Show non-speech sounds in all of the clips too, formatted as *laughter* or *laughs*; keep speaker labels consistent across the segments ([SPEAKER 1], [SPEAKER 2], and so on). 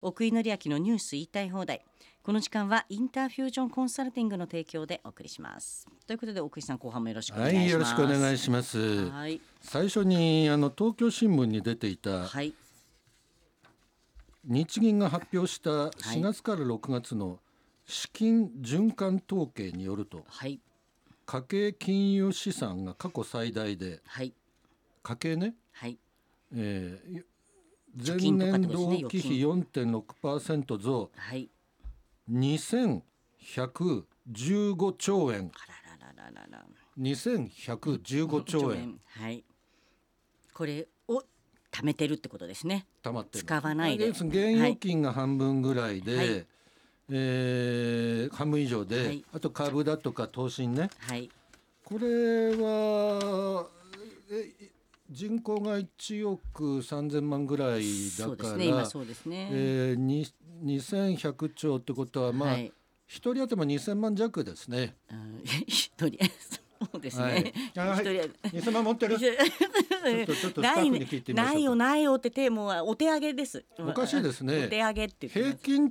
[SPEAKER 1] 奥井紀明のニュース言いたい放題この時間はインターフュージョンコンサルティングの提供でお送りしますということで奥井さん後半もよろしくお願いします、
[SPEAKER 2] はい、よろしくお願いします。
[SPEAKER 1] はい
[SPEAKER 2] 最初にあの東京新聞に出ていた
[SPEAKER 1] はい
[SPEAKER 2] 日銀が発表した4月から6月の資金循環統計によると
[SPEAKER 1] はい
[SPEAKER 2] 家計金融資産が過去最大で
[SPEAKER 1] はい
[SPEAKER 2] 家計ね、
[SPEAKER 1] はい
[SPEAKER 2] えー
[SPEAKER 1] 貯金と
[SPEAKER 2] 前
[SPEAKER 1] かって
[SPEAKER 2] 年
[SPEAKER 1] ことですね
[SPEAKER 2] 同期比4.6%増
[SPEAKER 1] はい
[SPEAKER 2] 2115兆円
[SPEAKER 1] あらららららら
[SPEAKER 2] 2115兆円
[SPEAKER 1] はいこれを貯めてるってことですね
[SPEAKER 2] 溜まってる
[SPEAKER 1] 使わないで
[SPEAKER 2] 現預金が半分ぐらいで、
[SPEAKER 1] はい
[SPEAKER 2] えー半分以上で、
[SPEAKER 1] はい
[SPEAKER 2] あと株だとか投資ね
[SPEAKER 1] はい
[SPEAKER 2] これはえ人口が1億3000万ぐらいだ
[SPEAKER 1] そうで
[SPEAKER 2] か
[SPEAKER 1] すね今
[SPEAKER 2] ら、
[SPEAKER 1] そうですね、
[SPEAKER 2] えーに2100兆ってことはまあ、
[SPEAKER 1] は
[SPEAKER 2] 一
[SPEAKER 1] い
[SPEAKER 2] 人頭2000万弱ですね。
[SPEAKER 1] うん、 *laughs* 一人そうです
[SPEAKER 2] は
[SPEAKER 1] ね
[SPEAKER 2] い。あはい
[SPEAKER 1] 一人
[SPEAKER 2] 2000万持って *laughs* る。っとちょっとスタッフに聞いてみましょう
[SPEAKER 1] な
[SPEAKER 2] か
[SPEAKER 1] いよないよって手もうお手上げです。
[SPEAKER 2] おかしいですね
[SPEAKER 1] お手上げって言ってます
[SPEAKER 2] 平均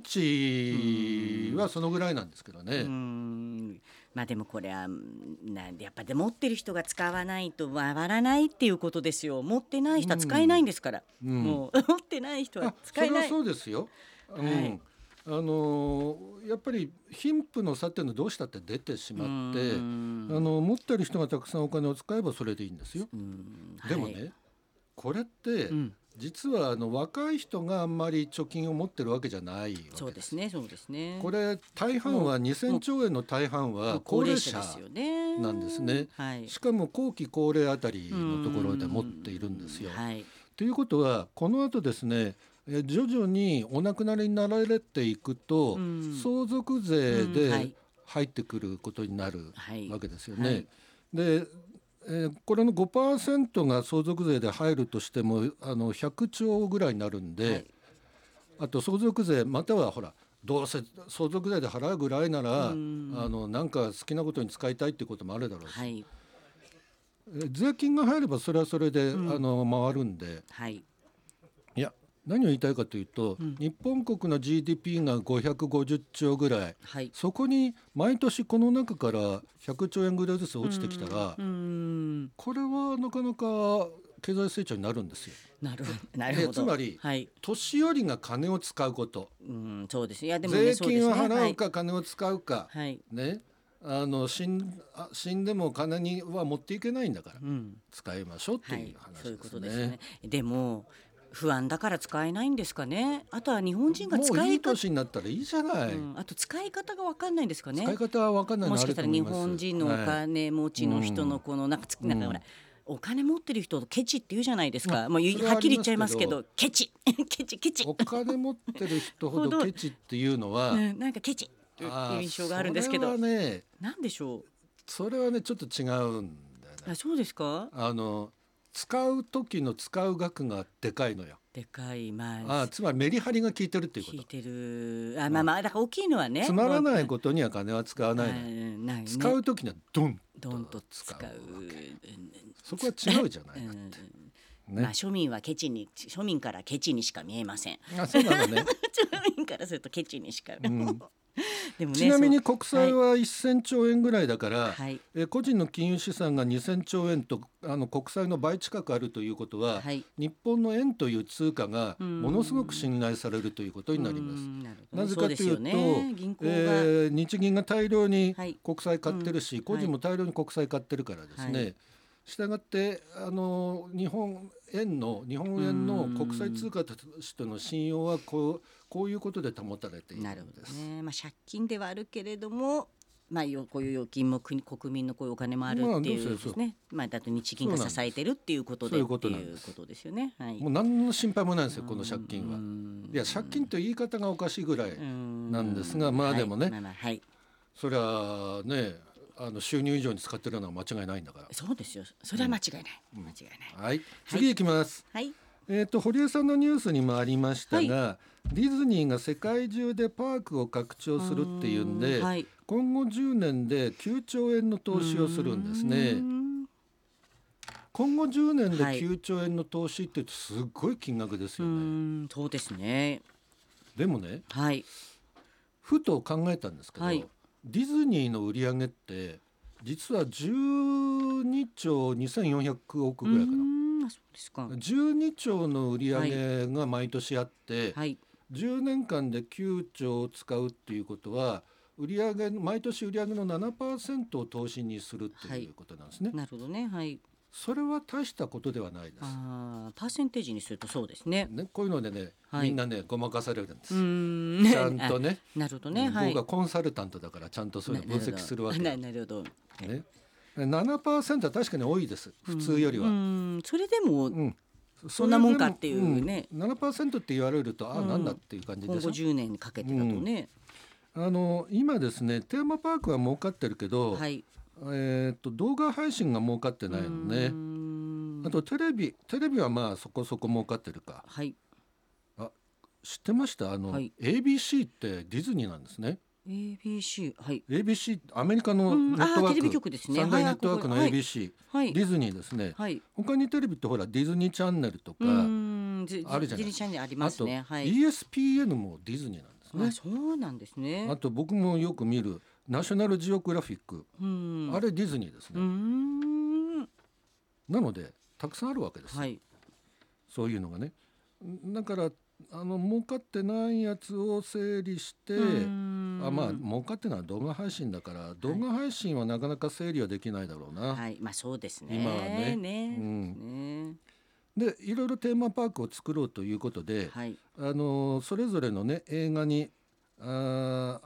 [SPEAKER 2] 値はそのぐらいなんですけどね。
[SPEAKER 1] うーんまあでもこれはうんなんでやっぱで持ってる人が使わないと回らないっていうことですよ持ってない人は使えないんですから、
[SPEAKER 2] ん
[SPEAKER 1] もう持ってない人は使えない
[SPEAKER 2] あそれはそうですよ。うん
[SPEAKER 1] はい
[SPEAKER 2] あのーやっぱり貧富の差っていうのはどうしたって出てしまって
[SPEAKER 1] うー
[SPEAKER 2] あ
[SPEAKER 1] ん
[SPEAKER 2] の持ってる人がたくさんお金を使えばそれでいいんですよ。
[SPEAKER 1] うん
[SPEAKER 2] でも
[SPEAKER 1] は
[SPEAKER 2] ね、
[SPEAKER 1] い
[SPEAKER 2] これって、
[SPEAKER 1] うん
[SPEAKER 2] 実はあの若い人があんまり貯金を持ってるわけじゃないわけです。
[SPEAKER 1] そうですねそうですね
[SPEAKER 2] これ大半は
[SPEAKER 1] も
[SPEAKER 2] 2,000
[SPEAKER 1] う
[SPEAKER 2] 兆円の大半
[SPEAKER 1] も
[SPEAKER 2] は
[SPEAKER 1] う
[SPEAKER 2] 高齢者
[SPEAKER 1] ですよね
[SPEAKER 2] なんですね
[SPEAKER 1] はい
[SPEAKER 2] しかも後期高齢あたりのところで持っているんですよ。
[SPEAKER 1] うーんはい
[SPEAKER 2] ということはこの後ですねえー徐々にお亡くなりになられていくと、
[SPEAKER 1] うん
[SPEAKER 2] 相続税
[SPEAKER 1] うんは
[SPEAKER 2] で
[SPEAKER 1] い
[SPEAKER 2] 入ってくることになる
[SPEAKER 1] はい
[SPEAKER 2] わけですよね。
[SPEAKER 1] はい
[SPEAKER 2] で、えーこれの5%が相続税で入るとしてもあの100兆ぐらいになるんで、
[SPEAKER 1] はい
[SPEAKER 2] あと相続税またはほらどうせ相続税で払うぐらいならあ
[SPEAKER 1] うん
[SPEAKER 2] のなんか好きなことに使いたいってこともあるだろうし、
[SPEAKER 1] はい
[SPEAKER 2] えー税金が入ればそれはそれで、あの回るんで。
[SPEAKER 1] はい
[SPEAKER 2] いや何を言いたいかというと、日本国の GDP が550兆ぐらい
[SPEAKER 1] はい
[SPEAKER 2] そこに毎年この中から100兆円ぐらいずつ落ちてきたら、
[SPEAKER 1] うーん
[SPEAKER 2] これはなかなか経済成長になるんですよ。
[SPEAKER 1] なるほどなるほど
[SPEAKER 2] つまり
[SPEAKER 1] はい
[SPEAKER 2] 年寄りが金を使うこと、
[SPEAKER 1] うんそうですねいやでもね
[SPEAKER 2] 税
[SPEAKER 1] そうです
[SPEAKER 2] 金
[SPEAKER 1] ね
[SPEAKER 2] を払うか金を使うか、
[SPEAKER 1] はい、はい
[SPEAKER 2] ねあの死んあ死んでも金には持っていけないんだから、
[SPEAKER 1] うん
[SPEAKER 2] 使いましょうって、
[SPEAKER 1] はいいうそういう
[SPEAKER 2] 話で
[SPEAKER 1] こ
[SPEAKER 2] す
[SPEAKER 1] と
[SPEAKER 2] ね。
[SPEAKER 1] ですね。でも不安だから使えないんですかね。あとは日本人が
[SPEAKER 2] も
[SPEAKER 1] 使
[SPEAKER 2] うい
[SPEAKER 1] い
[SPEAKER 2] い
[SPEAKER 1] 方、
[SPEAKER 2] 年になったらいいじゃない。
[SPEAKER 1] うんあと使い方がわかんないんですかね。
[SPEAKER 2] 使い方は分かんない
[SPEAKER 1] も
[SPEAKER 2] のあ
[SPEAKER 1] しか
[SPEAKER 2] る
[SPEAKER 1] し
[SPEAKER 2] と
[SPEAKER 1] たら
[SPEAKER 2] 思い
[SPEAKER 1] 日
[SPEAKER 2] ます
[SPEAKER 1] 本人のお
[SPEAKER 2] はい
[SPEAKER 1] 金持ちの人のこのなんかつなんかほら。お金持ってる人ケチって言うじゃないですか。
[SPEAKER 2] あ
[SPEAKER 1] もう言い
[SPEAKER 2] それは
[SPEAKER 1] はっきり言っ
[SPEAKER 2] あります
[SPEAKER 1] ちゃいますけ
[SPEAKER 2] け
[SPEAKER 1] ど、ケチ、ケチ、ケチ、
[SPEAKER 2] お金持ってる人ほ
[SPEAKER 1] ほ
[SPEAKER 2] ど
[SPEAKER 1] ど
[SPEAKER 2] ケチっていうの
[SPEAKER 1] *laughs*
[SPEAKER 2] は、
[SPEAKER 1] うんなんかケチっていう
[SPEAKER 2] あー
[SPEAKER 1] 印象があるんですけ
[SPEAKER 2] そ
[SPEAKER 1] ど、
[SPEAKER 2] れはね、
[SPEAKER 1] なんでしょ
[SPEAKER 2] それはねちょっと違うんだよ
[SPEAKER 1] う。
[SPEAKER 2] ね。
[SPEAKER 1] あ、そうですか。
[SPEAKER 2] あの使う時の使う額がでかいのよ。
[SPEAKER 1] でかいま
[SPEAKER 2] あ
[SPEAKER 1] あ
[SPEAKER 2] ー、つまりメリハリが効いてるっていうこ
[SPEAKER 1] 聞い
[SPEAKER 2] と。
[SPEAKER 1] てる。あ、まあまあだから大きいのはね。
[SPEAKER 2] つまら
[SPEAKER 1] もう
[SPEAKER 2] ないことには金は使わないのよ。
[SPEAKER 1] うんないね
[SPEAKER 2] 使う時にはドン
[SPEAKER 1] どんと
[SPEAKER 2] と
[SPEAKER 1] 使
[SPEAKER 2] 使
[SPEAKER 1] う
[SPEAKER 2] う。そこは違うじゃないかって。
[SPEAKER 1] まあ
[SPEAKER 2] ね。
[SPEAKER 1] 庶民はケチに庶民からケチにしか見えません *laughs*
[SPEAKER 2] あ、そうなのね。
[SPEAKER 1] 庶民からするとケチにしか、 *laughs*
[SPEAKER 2] ん
[SPEAKER 1] でもね
[SPEAKER 2] ちなみに
[SPEAKER 1] そう
[SPEAKER 2] 国債は1000兆円ぐらいだから、
[SPEAKER 1] はい
[SPEAKER 2] えー個人の金融資産が2000兆円とあの国債の倍近くあるということは、
[SPEAKER 1] はい
[SPEAKER 2] 日本の円という通貨が
[SPEAKER 1] うん
[SPEAKER 2] ものすごく信頼されるということになりま
[SPEAKER 1] う
[SPEAKER 2] す。
[SPEAKER 1] んるほど
[SPEAKER 2] なぜかという
[SPEAKER 1] そ
[SPEAKER 2] と
[SPEAKER 1] ですよね銀行が、
[SPEAKER 2] えー日銀が大量に
[SPEAKER 1] はい
[SPEAKER 2] 国債買ってるし、
[SPEAKER 1] うん
[SPEAKER 2] 個人も大量に国債買ってるからですね、
[SPEAKER 1] は
[SPEAKER 2] したがってあの日本円の日本円の国際通貨としての信用はこうこういうことで保たれているん
[SPEAKER 1] なるほ
[SPEAKER 2] で
[SPEAKER 1] ど
[SPEAKER 2] す。
[SPEAKER 1] ねまあ借金ではあるけれどもまあよこういう預金も国国民のこういうお金もある
[SPEAKER 2] まあ
[SPEAKER 1] っていう
[SPEAKER 2] そう
[SPEAKER 1] で
[SPEAKER 2] そう
[SPEAKER 1] すねまあだと日銀が支えてるっていうことで
[SPEAKER 2] そういうこと
[SPEAKER 1] っ
[SPEAKER 2] な
[SPEAKER 1] て
[SPEAKER 2] ん
[SPEAKER 1] いう
[SPEAKER 2] です
[SPEAKER 1] ことですよねはい
[SPEAKER 2] もう何の心配もないんですよこの借金は。いや借金という言い方がおかしいぐらい、
[SPEAKER 1] な
[SPEAKER 2] なんですがまあでもね
[SPEAKER 1] まあまあはい
[SPEAKER 2] そりゃあねあの収入以上に使ってるのは間違いないんだから。
[SPEAKER 1] そうですよ。それは間違いない。間違いない。
[SPEAKER 2] はい、次行きます。
[SPEAKER 1] はい。
[SPEAKER 2] えっ、と堀江さんのニュースにもありましたが、
[SPEAKER 1] は
[SPEAKER 2] ディズニーが世界中でパークを拡張するっていうんで、
[SPEAKER 1] うーんはい
[SPEAKER 2] 今後10年で9兆円の投資をするんです
[SPEAKER 1] うー
[SPEAKER 2] ね。
[SPEAKER 1] ん
[SPEAKER 2] 今後10年で
[SPEAKER 1] はい
[SPEAKER 2] 9兆円の投資ってすっごい金額です
[SPEAKER 1] う
[SPEAKER 2] よね。
[SPEAKER 1] ーん、そうですね。
[SPEAKER 2] でもね
[SPEAKER 1] はい
[SPEAKER 2] ふと考えたんですけど、
[SPEAKER 1] はい
[SPEAKER 2] ディズニーの売り上げって実は12兆2400億ぐらいか
[SPEAKER 1] う
[SPEAKER 2] な。
[SPEAKER 1] ーんあそうですか
[SPEAKER 2] 12兆の売り上げが毎年あって、
[SPEAKER 1] はい
[SPEAKER 2] 10年間で9兆を使うっていうことは売り上げ毎年売り上げの7%を投資にするっていうことなんですね、
[SPEAKER 1] なるほどねはい
[SPEAKER 2] それは大したことではないです、
[SPEAKER 1] あーパーセンテージにするとそうですね
[SPEAKER 2] ね、こういうのでね、
[SPEAKER 1] はい
[SPEAKER 2] みんなねごまかされるんで
[SPEAKER 1] う
[SPEAKER 2] す、
[SPEAKER 1] ーん
[SPEAKER 2] ちゃんとね
[SPEAKER 1] *laughs* あなるほどねはい
[SPEAKER 2] 僕がコンサルタントだからちゃんとそういうの分析するわけ
[SPEAKER 1] な
[SPEAKER 2] ね
[SPEAKER 1] なるほどななるほど
[SPEAKER 2] 7%は確かに多いです普通よりは、
[SPEAKER 1] うーんそれでも
[SPEAKER 2] うん
[SPEAKER 1] そんなもんかっていうね
[SPEAKER 2] うん、7%って言われるとああ
[SPEAKER 1] うん
[SPEAKER 2] なんだっていう感じ
[SPEAKER 1] 今
[SPEAKER 2] でしょ、
[SPEAKER 1] 後10年かけてだとね、
[SPEAKER 2] あの今ですねテーマパークは儲かってるけど、
[SPEAKER 1] はい
[SPEAKER 2] えー、と動画配信が儲かってないの
[SPEAKER 1] う
[SPEAKER 2] ね
[SPEAKER 1] ーん
[SPEAKER 2] あとテレビテレビはまあそこそこ儲かってるか
[SPEAKER 1] はい
[SPEAKER 2] 知ってましたあの、
[SPEAKER 1] はい
[SPEAKER 2] ABC ってディズニーなんですね
[SPEAKER 1] ABC はい
[SPEAKER 2] ABC アメリカの
[SPEAKER 1] うん
[SPEAKER 2] ネット
[SPEAKER 1] あ
[SPEAKER 2] ワ
[SPEAKER 1] ーテレビ
[SPEAKER 2] ー
[SPEAKER 1] 局
[SPEAKER 2] ク、
[SPEAKER 1] ですね
[SPEAKER 2] 三大ネットワークの
[SPEAKER 1] はい
[SPEAKER 2] ABC、
[SPEAKER 1] はい
[SPEAKER 2] ディズニーですね、
[SPEAKER 1] はい
[SPEAKER 2] 他にテレビってほらディズニーチャンネルとか、
[SPEAKER 1] うーんじ
[SPEAKER 2] あるじゃない
[SPEAKER 1] ディズニーチャンネルありま
[SPEAKER 2] あ
[SPEAKER 1] す
[SPEAKER 2] と、
[SPEAKER 1] ねはい
[SPEAKER 2] ESPN もディズニーなんですね
[SPEAKER 1] あそうなんですね
[SPEAKER 2] あと僕もよく見るナショナルジオグラフィック、
[SPEAKER 1] うーん
[SPEAKER 2] あれディズニーです
[SPEAKER 1] うー
[SPEAKER 2] ね、
[SPEAKER 1] ん
[SPEAKER 2] なのでたくさんあるわけです、
[SPEAKER 1] はい
[SPEAKER 2] そういうのがねんだからあの儲かってないやつを整理して、あ
[SPEAKER 1] あ
[SPEAKER 2] まあ儲かってのは動画配信だから動画配信はなかなか整理はできないだろうな、
[SPEAKER 1] はいまあそうですね
[SPEAKER 2] 今はね
[SPEAKER 1] ね
[SPEAKER 2] うん
[SPEAKER 1] ね
[SPEAKER 2] でいろいろテーマパークを作ろうということで、
[SPEAKER 1] はい
[SPEAKER 2] あのそれぞれのね映画に
[SPEAKER 1] うん
[SPEAKER 2] あーあっ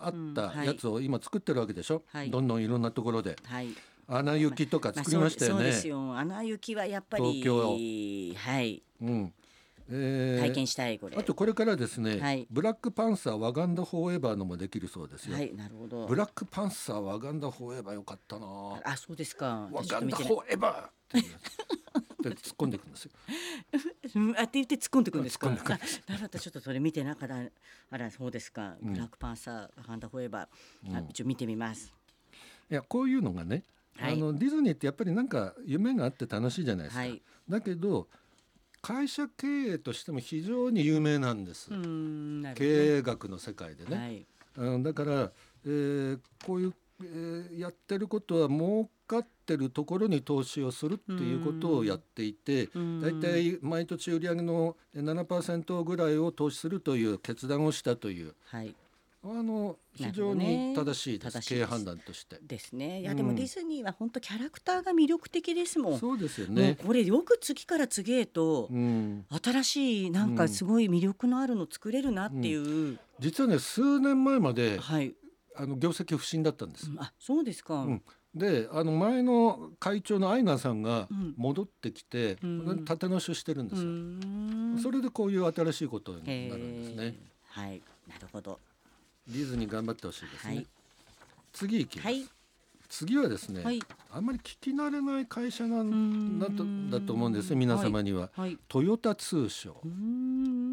[SPEAKER 1] は
[SPEAKER 2] た
[SPEAKER 1] い
[SPEAKER 2] やつを今作ってるわけでしょ、
[SPEAKER 1] はい
[SPEAKER 2] どんどんいろんなところで
[SPEAKER 1] はい
[SPEAKER 2] 「アナ雪」とか作りました
[SPEAKER 1] あ、
[SPEAKER 2] よ
[SPEAKER 1] そうで
[SPEAKER 2] ね。
[SPEAKER 1] すよ。アナ雪はやっぱり
[SPEAKER 2] 東京
[SPEAKER 1] はい
[SPEAKER 2] うんえー
[SPEAKER 1] 体験したいこれ。
[SPEAKER 2] あとこれからですね、
[SPEAKER 1] はい
[SPEAKER 2] ブラックパンサーワガンダフォーエバーのもできるそうですよ。
[SPEAKER 1] はいなるほど
[SPEAKER 2] ブ。ラックパンサーワガンダフォーエバーよかったなぁ。
[SPEAKER 1] あそうですか。
[SPEAKER 2] ワ
[SPEAKER 1] 私ちょ
[SPEAKER 2] ガ
[SPEAKER 1] っと
[SPEAKER 2] ン
[SPEAKER 1] 見
[SPEAKER 2] ダ
[SPEAKER 1] て
[SPEAKER 2] フ
[SPEAKER 1] ない
[SPEAKER 2] ォー
[SPEAKER 1] *laughs*
[SPEAKER 2] エバーって言うのって突っ込んでいくんですよ。
[SPEAKER 1] うんあって言って突っ込んでくるんですか。
[SPEAKER 2] 突
[SPEAKER 1] あ
[SPEAKER 2] っ込んでくる
[SPEAKER 1] *laughs* なるほどちょっとそれ見てなかったあらそうですか。
[SPEAKER 2] うん
[SPEAKER 1] ブラックパンサーワガンダフォーエバ
[SPEAKER 2] う
[SPEAKER 1] ーあ
[SPEAKER 2] ん
[SPEAKER 1] 一応見てみます。
[SPEAKER 2] いやこういうのがね、
[SPEAKER 1] はい
[SPEAKER 2] あのディズニーってやっぱりなんか夢があって楽しいじゃないですか。
[SPEAKER 1] はい。
[SPEAKER 2] だけど会社経営としても非常に有名なんです。
[SPEAKER 1] うーんなるほど
[SPEAKER 2] 経営学の世界でね、
[SPEAKER 1] はい
[SPEAKER 2] うん、だから、えーこういう、えーやってることは儲かってるところに投資をするっていうことをやっていて
[SPEAKER 1] うーん
[SPEAKER 2] 大体毎年売上の7%ぐらいを投資するという決断をしたという
[SPEAKER 1] はい
[SPEAKER 2] あの非
[SPEAKER 1] なるほ
[SPEAKER 2] 常
[SPEAKER 1] どね
[SPEAKER 2] に正しいです,、
[SPEAKER 1] 正しい
[SPEAKER 2] 経
[SPEAKER 1] です
[SPEAKER 2] 営判断として。
[SPEAKER 1] ですね。いや
[SPEAKER 2] うん
[SPEAKER 1] でもディズニーは本当キャラクターが魅力的ですもん。
[SPEAKER 2] そうですよ
[SPEAKER 1] もう
[SPEAKER 2] ね、
[SPEAKER 1] これよく次から次へと。
[SPEAKER 2] うん、
[SPEAKER 1] 新しいなんかすごい魅力のあるの作れるなっていう、
[SPEAKER 2] 実はね数年前まで
[SPEAKER 1] はい、
[SPEAKER 2] あの業績不振だったんです。
[SPEAKER 1] あそうですか、
[SPEAKER 2] うんであの前の会長のアイガンさんが
[SPEAKER 1] うん
[SPEAKER 2] 戻ってきて、
[SPEAKER 1] うん
[SPEAKER 2] 立て直しをしてるんですよ。
[SPEAKER 1] ん
[SPEAKER 2] それでこういう新しいこと
[SPEAKER 1] へ
[SPEAKER 2] に
[SPEAKER 1] ー
[SPEAKER 2] なるんですね。
[SPEAKER 1] はいなるほど
[SPEAKER 2] ディズニー頑張ってほしいですね。
[SPEAKER 1] はい
[SPEAKER 2] 次行きます、
[SPEAKER 1] はい
[SPEAKER 2] 次はですね、
[SPEAKER 1] はい
[SPEAKER 2] あんまり聞き慣れない会社な
[SPEAKER 1] ー
[SPEAKER 2] んだと
[SPEAKER 1] ん
[SPEAKER 2] だと思うんですね皆様には、
[SPEAKER 1] はいう
[SPEAKER 2] トヨタ通商
[SPEAKER 1] ー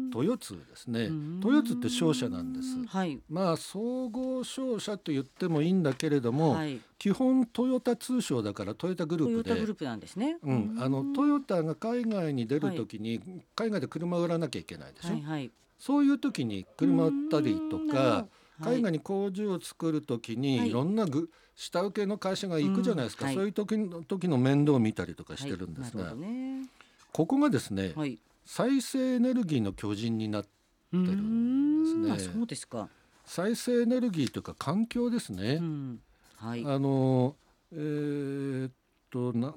[SPEAKER 1] ん
[SPEAKER 2] トヨ通ですね
[SPEAKER 1] うーん
[SPEAKER 2] トヨ通って商社なんです
[SPEAKER 1] はい
[SPEAKER 2] まあ総合商社と言ってもいいんだけれども、
[SPEAKER 1] はい
[SPEAKER 2] 基本トヨタ通商だからトヨタグル
[SPEAKER 1] ト
[SPEAKER 2] ー
[SPEAKER 1] ヨ
[SPEAKER 2] プで
[SPEAKER 1] タグループなんですね
[SPEAKER 2] うん、あのトヨタが海外に出るときに、海外で車を売らなきゃいけないでしょ、
[SPEAKER 1] はいはい
[SPEAKER 2] そういうときに車売ったりとか、
[SPEAKER 1] うーんなるほどはい
[SPEAKER 2] 海外に工場を作るときに、
[SPEAKER 1] はい
[SPEAKER 2] い、ろんなぐ下請けの会社が行くじゃないです
[SPEAKER 1] うん
[SPEAKER 2] か、
[SPEAKER 1] はい
[SPEAKER 2] そういう時の時の面倒を見たりとかしてるんですが、
[SPEAKER 1] はい、なるほどね
[SPEAKER 2] ここがですね、
[SPEAKER 1] はい
[SPEAKER 2] 再生エネルギーの巨人になって
[SPEAKER 1] う
[SPEAKER 2] るん
[SPEAKER 1] ーん
[SPEAKER 2] で
[SPEAKER 1] あ
[SPEAKER 2] す
[SPEAKER 1] そう
[SPEAKER 2] ね。
[SPEAKER 1] ですか
[SPEAKER 2] 再生エネルギーというか環境ですね
[SPEAKER 1] う。んはい
[SPEAKER 2] あのえーっとな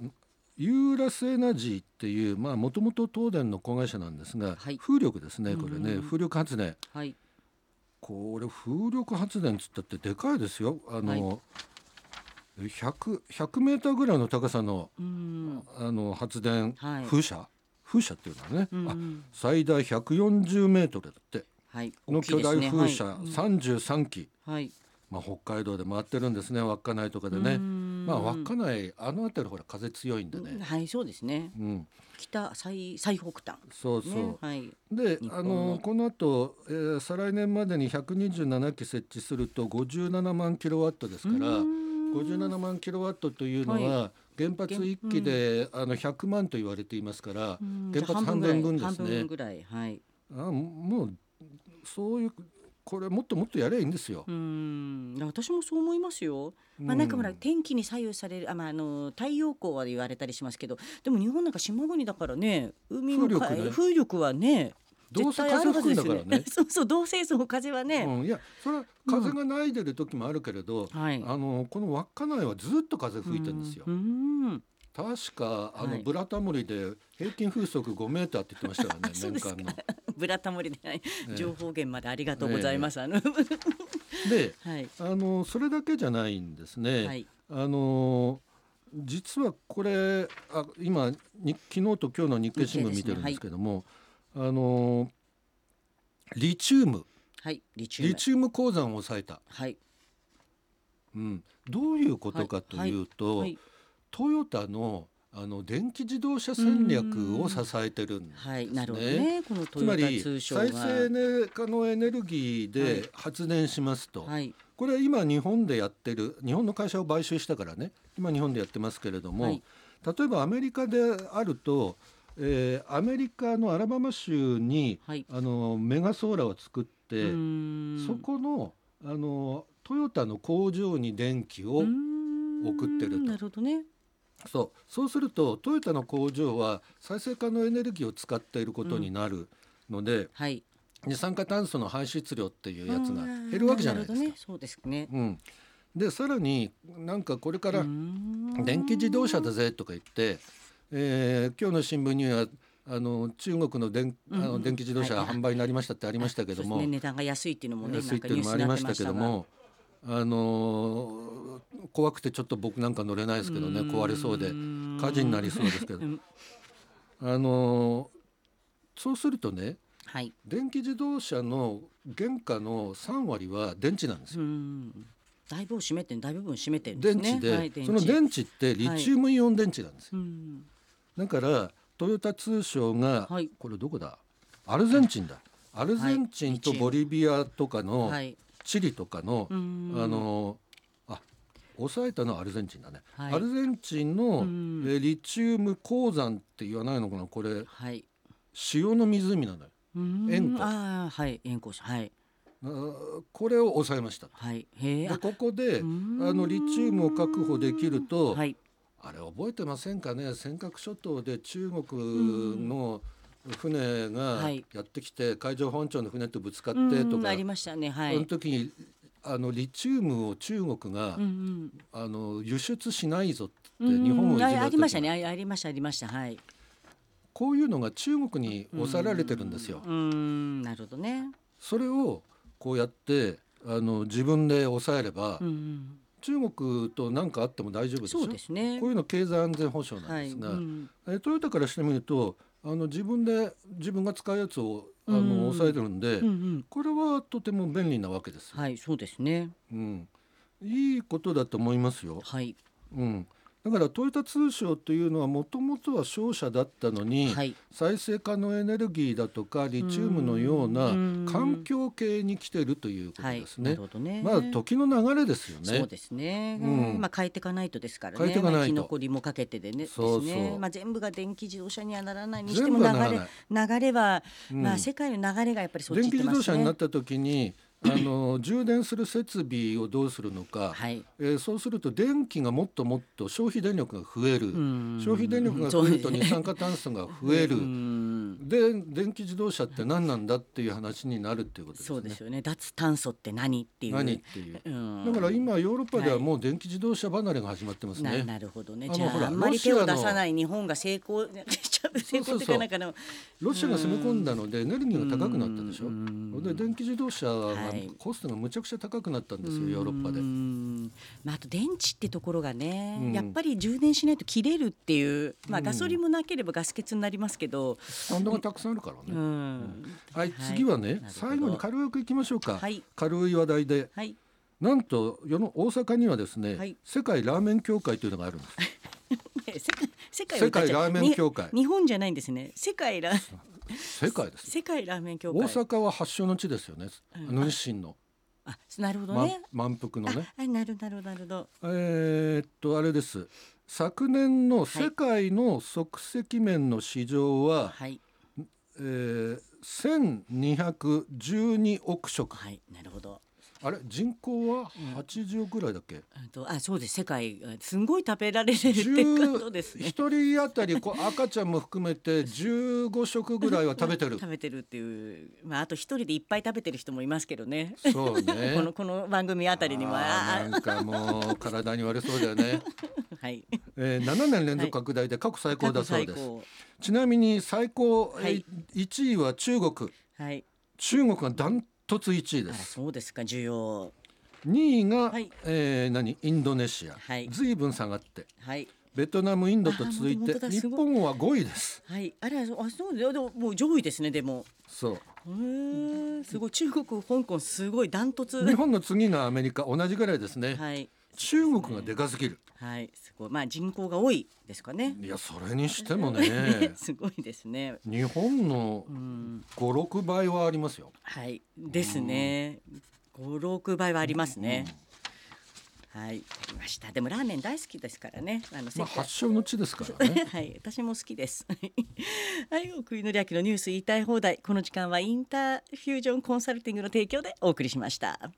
[SPEAKER 2] ユーラスエナジーっていうまあもともと東電の子会社なんですが、
[SPEAKER 1] はい
[SPEAKER 2] 風力ですねこれね、
[SPEAKER 1] うん
[SPEAKER 2] 風力発電
[SPEAKER 1] はい
[SPEAKER 2] これ風力発電っつったってでかいですよあの、100 100メーターぐらいの高さの
[SPEAKER 1] うーん
[SPEAKER 2] あの発電、
[SPEAKER 1] はい
[SPEAKER 2] 風車風車っていうのはね、
[SPEAKER 1] うんう
[SPEAKER 2] あ
[SPEAKER 1] ん
[SPEAKER 2] 最大140メートルだって
[SPEAKER 1] はい
[SPEAKER 2] の
[SPEAKER 1] 大きい
[SPEAKER 2] 巨
[SPEAKER 1] です
[SPEAKER 2] 大
[SPEAKER 1] ね
[SPEAKER 2] 風車
[SPEAKER 1] はいうん
[SPEAKER 2] 33基、
[SPEAKER 1] はい
[SPEAKER 2] まあ、北海道で回ってるんですね稚内とかでね。ま
[SPEAKER 1] ま
[SPEAKER 2] あ稚内あの辺りほら風強いんでね、
[SPEAKER 1] はい、そうですね。
[SPEAKER 2] うん
[SPEAKER 1] 北最最北端。
[SPEAKER 2] そうそう、
[SPEAKER 1] ね、はい。
[SPEAKER 2] で
[SPEAKER 1] 日本
[SPEAKER 2] あ
[SPEAKER 1] の
[SPEAKER 2] のこの後、えー再来年までに127基設置すると57万キロワットですから
[SPEAKER 1] うーん
[SPEAKER 2] 57万キロワットというのは、原発1基で、あの100万と言われていますから
[SPEAKER 1] うん
[SPEAKER 2] 原発半分分です
[SPEAKER 1] 半分
[SPEAKER 2] ね
[SPEAKER 1] ぐらい、半分ぐらいはい。
[SPEAKER 2] あもうそういうこれもっともっとやればいいんですよ。
[SPEAKER 1] うん私もそう思いますよ。まあ、なんかほら天気に左右されるあ、まあ、あの太陽光は言われたりしますけどでも日本なんか島国だからね海の
[SPEAKER 2] 風力
[SPEAKER 1] か
[SPEAKER 2] ね
[SPEAKER 1] 風力はね
[SPEAKER 2] どうせ
[SPEAKER 1] 絶対ある
[SPEAKER 2] 風
[SPEAKER 1] は
[SPEAKER 2] 吹
[SPEAKER 1] ず
[SPEAKER 2] く
[SPEAKER 1] です
[SPEAKER 2] んだ
[SPEAKER 1] よ。
[SPEAKER 2] からね
[SPEAKER 1] *laughs* そうそう同性層風はね、
[SPEAKER 2] うん、いやそれは風がないでる時もあるけれど、
[SPEAKER 1] はい
[SPEAKER 2] あのこの稚内はずっと風吹いてるんですよ。
[SPEAKER 1] うん
[SPEAKER 2] 確かあ
[SPEAKER 1] は
[SPEAKER 2] の
[SPEAKER 1] い
[SPEAKER 2] ブラタモリで平均風速5メーターって言ってました
[SPEAKER 1] *laughs*
[SPEAKER 2] よね
[SPEAKER 1] そう
[SPEAKER 2] 年
[SPEAKER 1] ですか
[SPEAKER 2] 間の。
[SPEAKER 1] ブラタモリでない
[SPEAKER 2] え
[SPEAKER 1] 情報源までありがとうございます。あの
[SPEAKER 2] で
[SPEAKER 1] はい
[SPEAKER 2] あのそれだけじゃないんですね。
[SPEAKER 1] はい
[SPEAKER 2] あの実はこれあ今に昨日と今日の日経新聞見てるんですけども、あのリチウム
[SPEAKER 1] はいリチウム
[SPEAKER 2] リチウム鉱山を抑えた、
[SPEAKER 1] はい
[SPEAKER 2] うん、どういうことかというと、
[SPEAKER 1] はい
[SPEAKER 2] トヨタのあの電気自動車戦略を支えてるんですね。
[SPEAKER 1] はいなるほどねこのト
[SPEAKER 2] つ
[SPEAKER 1] ヨ
[SPEAKER 2] ま
[SPEAKER 1] タ
[SPEAKER 2] り
[SPEAKER 1] 通商が
[SPEAKER 2] 再生エネ可能エネルギー
[SPEAKER 1] はい
[SPEAKER 2] で発電しますと、
[SPEAKER 1] はい
[SPEAKER 2] これは今日本でやってる日本の会社を買収したからね今日本でやってますけれども、
[SPEAKER 1] はい
[SPEAKER 2] 例えばアメリカであると、えーアメリカのアラバマ州に
[SPEAKER 1] はい
[SPEAKER 2] あのメガソーラーを作って、
[SPEAKER 1] うーん
[SPEAKER 2] そこのあのトヨタの工場に電気を、
[SPEAKER 1] うーん
[SPEAKER 2] 送ってると
[SPEAKER 1] なるほどね
[SPEAKER 2] そうそうするとトヨタの工場は再生可能エネルギーを使っていることになるので、
[SPEAKER 1] はい
[SPEAKER 2] 二酸化炭素の排出量っていうやつが減るわけじゃないで
[SPEAKER 1] あーるほど
[SPEAKER 2] すか。
[SPEAKER 1] ね、そうですね。
[SPEAKER 2] うん、でさらになんかこれから
[SPEAKER 1] うーん
[SPEAKER 2] 電気自動車だぜとか言って、えー今日の新聞にはあの中国の電あ
[SPEAKER 1] うんう
[SPEAKER 2] の
[SPEAKER 1] ん
[SPEAKER 2] 電気自動車
[SPEAKER 1] はい
[SPEAKER 2] 販売になりましたってありましたけども、
[SPEAKER 1] そうですね、値段が安いっていうのもね、
[SPEAKER 2] 安いっていうのもあ
[SPEAKER 1] な
[SPEAKER 2] り
[SPEAKER 1] んかニュースにな
[SPEAKER 2] ま
[SPEAKER 1] って
[SPEAKER 2] したけど
[SPEAKER 1] が。
[SPEAKER 2] も。あのー怖くてちょっと僕なんか乗れないですけどね
[SPEAKER 1] うん
[SPEAKER 2] 壊れそうで火事になりそうですけど
[SPEAKER 1] うん
[SPEAKER 2] あのーそうするとね
[SPEAKER 1] はい。
[SPEAKER 2] 電気自動車の原価の3割は電池なんですよ
[SPEAKER 1] うーん。大部を占めて、大部分占めてるんです
[SPEAKER 2] 電
[SPEAKER 1] ね。
[SPEAKER 2] 池で、
[SPEAKER 1] はい、
[SPEAKER 2] その電池ってリチウムイオン電池なんですよ、
[SPEAKER 1] うん。
[SPEAKER 2] だからトヨタ通商が、
[SPEAKER 1] はい
[SPEAKER 2] これどこだアルゼンチンだアルゼンチン
[SPEAKER 1] リチ
[SPEAKER 2] と
[SPEAKER 1] ウム
[SPEAKER 2] ボリビアとかの、
[SPEAKER 1] はい。
[SPEAKER 2] チリとかの、
[SPEAKER 1] うーん
[SPEAKER 2] あのあ抑えたのはアルゼンチンだね、
[SPEAKER 1] はい
[SPEAKER 2] アルゼンチンの、
[SPEAKER 1] うん
[SPEAKER 2] えーリチウム鉱山って言わないのかなこれ
[SPEAKER 1] はい。
[SPEAKER 2] 塩の湖なのよ
[SPEAKER 1] うーん
[SPEAKER 2] 円弧
[SPEAKER 1] ああ、はい、円弧。はい。
[SPEAKER 2] あーこれを抑えました
[SPEAKER 1] はい。へえ。
[SPEAKER 2] で
[SPEAKER 1] あ
[SPEAKER 2] ここであ
[SPEAKER 1] ん
[SPEAKER 2] のリチウムを確保できると、
[SPEAKER 1] はい。
[SPEAKER 2] あれ覚えてませんかね尖閣諸島で中国の船が
[SPEAKER 1] はい
[SPEAKER 2] やってきて海上保安庁の船とぶつかっ
[SPEAKER 1] う
[SPEAKER 2] てと
[SPEAKER 1] ん
[SPEAKER 2] か、
[SPEAKER 1] ありましたね。は
[SPEAKER 2] その
[SPEAKER 1] い。
[SPEAKER 2] 時にあのリチウムを中国が、
[SPEAKER 1] うんうん。
[SPEAKER 2] あの輸出しないぞって
[SPEAKER 1] うーん
[SPEAKER 2] 日本をいじめ
[SPEAKER 1] あ
[SPEAKER 2] た
[SPEAKER 1] あり
[SPEAKER 2] 時
[SPEAKER 1] ましたね。あありましたありました。はい。
[SPEAKER 2] こういうのが中国に抑えられてるんですよ。
[SPEAKER 1] うーん、なるほどね。
[SPEAKER 2] それをこうやってあの自分で抑えれば、
[SPEAKER 1] うんうん。
[SPEAKER 2] 中国と何かあっても大丈夫ですよ
[SPEAKER 1] そうですね。
[SPEAKER 2] こういうの経済安全保障な
[SPEAKER 1] は
[SPEAKER 2] ん
[SPEAKER 1] い。
[SPEAKER 2] ですが、
[SPEAKER 1] うん
[SPEAKER 2] えトヨタからしてみるとあの自分で自分が使うやつをあの、
[SPEAKER 1] うん
[SPEAKER 2] 抑えてるんで、
[SPEAKER 1] うんうん。
[SPEAKER 2] これはとても便利なわけです、
[SPEAKER 1] はい、そうですね。
[SPEAKER 2] うん、いいことだと思いますよ、
[SPEAKER 1] はい。
[SPEAKER 2] うん、だからトヨタ通商というのはもともとは商社だったのに、
[SPEAKER 1] はい。
[SPEAKER 2] 再生可能エネルギーだとかリチウムのような
[SPEAKER 1] うん
[SPEAKER 2] 環境系に来てるということ
[SPEAKER 1] はい
[SPEAKER 2] です。
[SPEAKER 1] な
[SPEAKER 2] ね
[SPEAKER 1] る。ほどね。
[SPEAKER 2] まあ時の流れですよ
[SPEAKER 1] そう
[SPEAKER 2] ね。
[SPEAKER 1] ですね。
[SPEAKER 2] うん
[SPEAKER 1] まあ変えていかないとですからね。
[SPEAKER 2] 変えていかな
[SPEAKER 1] まあ
[SPEAKER 2] いと
[SPEAKER 1] 生き残りもかけてでね。
[SPEAKER 2] そうそう
[SPEAKER 1] ですね。まあ全部が電気自動車にはならないにして
[SPEAKER 2] 全
[SPEAKER 1] も
[SPEAKER 2] 部
[SPEAKER 1] 流
[SPEAKER 2] がなら
[SPEAKER 1] れ
[SPEAKER 2] な
[SPEAKER 1] 流
[SPEAKER 2] い。
[SPEAKER 1] れは、
[SPEAKER 2] うん
[SPEAKER 1] まあ世界の流れがやっぱりそっち行
[SPEAKER 2] 電
[SPEAKER 1] っ
[SPEAKER 2] 気
[SPEAKER 1] て
[SPEAKER 2] 自
[SPEAKER 1] ま
[SPEAKER 2] 動
[SPEAKER 1] す
[SPEAKER 2] 車になっ
[SPEAKER 1] ね。
[SPEAKER 2] た時にあの充電する設備をどうするのか、
[SPEAKER 1] はい。
[SPEAKER 2] えーそうすると電気がもっともっと消費電力が増える、
[SPEAKER 1] ん
[SPEAKER 2] 消費電力が増える
[SPEAKER 1] そ
[SPEAKER 2] と
[SPEAKER 1] うです
[SPEAKER 2] 二
[SPEAKER 1] ね
[SPEAKER 2] 酸化炭素が増える、
[SPEAKER 1] うん
[SPEAKER 2] で電気自動車って何なんだっていう話になるっていうことですね。
[SPEAKER 1] そうですよね。脱炭素って何っていう。
[SPEAKER 2] 何っていう。
[SPEAKER 1] うん
[SPEAKER 2] だから今ヨーロッパでははいもう電気自動車離れが始まってます
[SPEAKER 1] な
[SPEAKER 2] ね。
[SPEAKER 1] なるほどね。
[SPEAKER 2] あの
[SPEAKER 1] じゃ
[SPEAKER 2] ほ
[SPEAKER 1] あ
[SPEAKER 2] ら
[SPEAKER 1] あんま
[SPEAKER 2] ロ
[SPEAKER 1] り
[SPEAKER 2] シア
[SPEAKER 1] 手
[SPEAKER 2] の
[SPEAKER 1] を出さない日本が成功成功っていうかなんかの
[SPEAKER 2] ロシアが攻め込んだのでエネルギーが高くなったでしょ。
[SPEAKER 1] うん
[SPEAKER 2] で電気自動車が
[SPEAKER 1] はい
[SPEAKER 2] コストがむちゃくちゃ高くなったんですよ、ヨーロッパで
[SPEAKER 1] う。んまあ、あと電池ってところがね、
[SPEAKER 2] うん
[SPEAKER 1] やっぱり充電しないと切れるっていう、まあ、
[SPEAKER 2] うん
[SPEAKER 1] ガソリンもなければガス欠になりますけど、
[SPEAKER 2] スタンドがたくさんあるからね。
[SPEAKER 1] うん
[SPEAKER 2] はい、次は
[SPEAKER 1] な
[SPEAKER 2] ね、
[SPEAKER 1] るほど
[SPEAKER 2] 最後に軽くいきましょうか、
[SPEAKER 1] はい
[SPEAKER 2] 軽い話題で
[SPEAKER 1] はい、
[SPEAKER 2] なんと世の大阪にはですね、
[SPEAKER 1] はい
[SPEAKER 2] 世界ラーメン協会というのがあるんです
[SPEAKER 1] 世界世界を歌っちゃう
[SPEAKER 2] 世界ラーメン協会
[SPEAKER 1] に日本じゃないんですね世界ラ
[SPEAKER 2] 世界ですよ
[SPEAKER 1] 世界ラーメン協
[SPEAKER 2] 大
[SPEAKER 1] 会
[SPEAKER 2] 阪は発祥の地ですよね、
[SPEAKER 1] うん
[SPEAKER 2] あの日清の、
[SPEAKER 1] あなるほど
[SPEAKER 2] ま
[SPEAKER 1] ね、
[SPEAKER 2] 満腹のね
[SPEAKER 1] ああなるなるなるほど
[SPEAKER 2] えーっとあれです昨年の世界の即席麺の市場は、
[SPEAKER 1] はい
[SPEAKER 2] えー1212億食
[SPEAKER 1] はい、なるほど。
[SPEAKER 2] あれ人口は80ぐらいだっけ、
[SPEAKER 1] うんとあ、そうです。世界あすんごい食べられてるってことです
[SPEAKER 2] 1
[SPEAKER 1] ね。
[SPEAKER 2] 人当たりこう赤ちゃんも含めて15食ぐらいは食べてる
[SPEAKER 1] 食べてるっていう、まああと一人でいっぱい食べてる人もいますけどね。
[SPEAKER 2] そうね
[SPEAKER 1] この *laughs* この番組あたりにも
[SPEAKER 2] あ
[SPEAKER 1] あ
[SPEAKER 2] ーなんかもう体に悪そうだよね、
[SPEAKER 1] あはい。
[SPEAKER 2] えー、7年連続拡大で過去最高だそうで
[SPEAKER 1] 過
[SPEAKER 2] す、
[SPEAKER 1] 去最高
[SPEAKER 2] ちなみに最高、えー
[SPEAKER 1] はい
[SPEAKER 2] 1位は中国
[SPEAKER 1] はい。
[SPEAKER 2] 中国がダントツ1
[SPEAKER 1] あ
[SPEAKER 2] 位で
[SPEAKER 1] ら
[SPEAKER 2] す
[SPEAKER 1] そうですか需要。
[SPEAKER 2] 2位が、
[SPEAKER 1] はい
[SPEAKER 2] えー何インドネシア、
[SPEAKER 1] はい
[SPEAKER 2] ずいぶん下がって
[SPEAKER 1] はい
[SPEAKER 2] ベトナムインドと続い
[SPEAKER 1] あー本当
[SPEAKER 2] て
[SPEAKER 1] だ
[SPEAKER 2] 日
[SPEAKER 1] すごい
[SPEAKER 2] 本は5位です
[SPEAKER 1] はい。あらあそうででももう上位ですねでも。
[SPEAKER 2] そう
[SPEAKER 1] へーすごい中国香港すごいダントツ。
[SPEAKER 2] 日本の次がアメリカ同じぐらいですね、
[SPEAKER 1] はい
[SPEAKER 2] 中国がでかすぎる
[SPEAKER 1] はいすごいまあ人口が多いですかね。
[SPEAKER 2] いやそれにして
[SPEAKER 1] *laughs*
[SPEAKER 2] もね
[SPEAKER 1] すごいですね。
[SPEAKER 2] 日本の
[SPEAKER 1] うん
[SPEAKER 2] 56倍はありますよ
[SPEAKER 1] はいですね。五六倍はありますね。はいありました。でもラーメン大好きですからね。あの世
[SPEAKER 2] まあ
[SPEAKER 1] 界
[SPEAKER 2] 発祥の地ですからね
[SPEAKER 1] *laughs* はい、私も好きです。 *laughs* はい、奥井紀明のニュース言いたい放題。この時間はインターフュージョンコンサルティングの提供でお送りしました。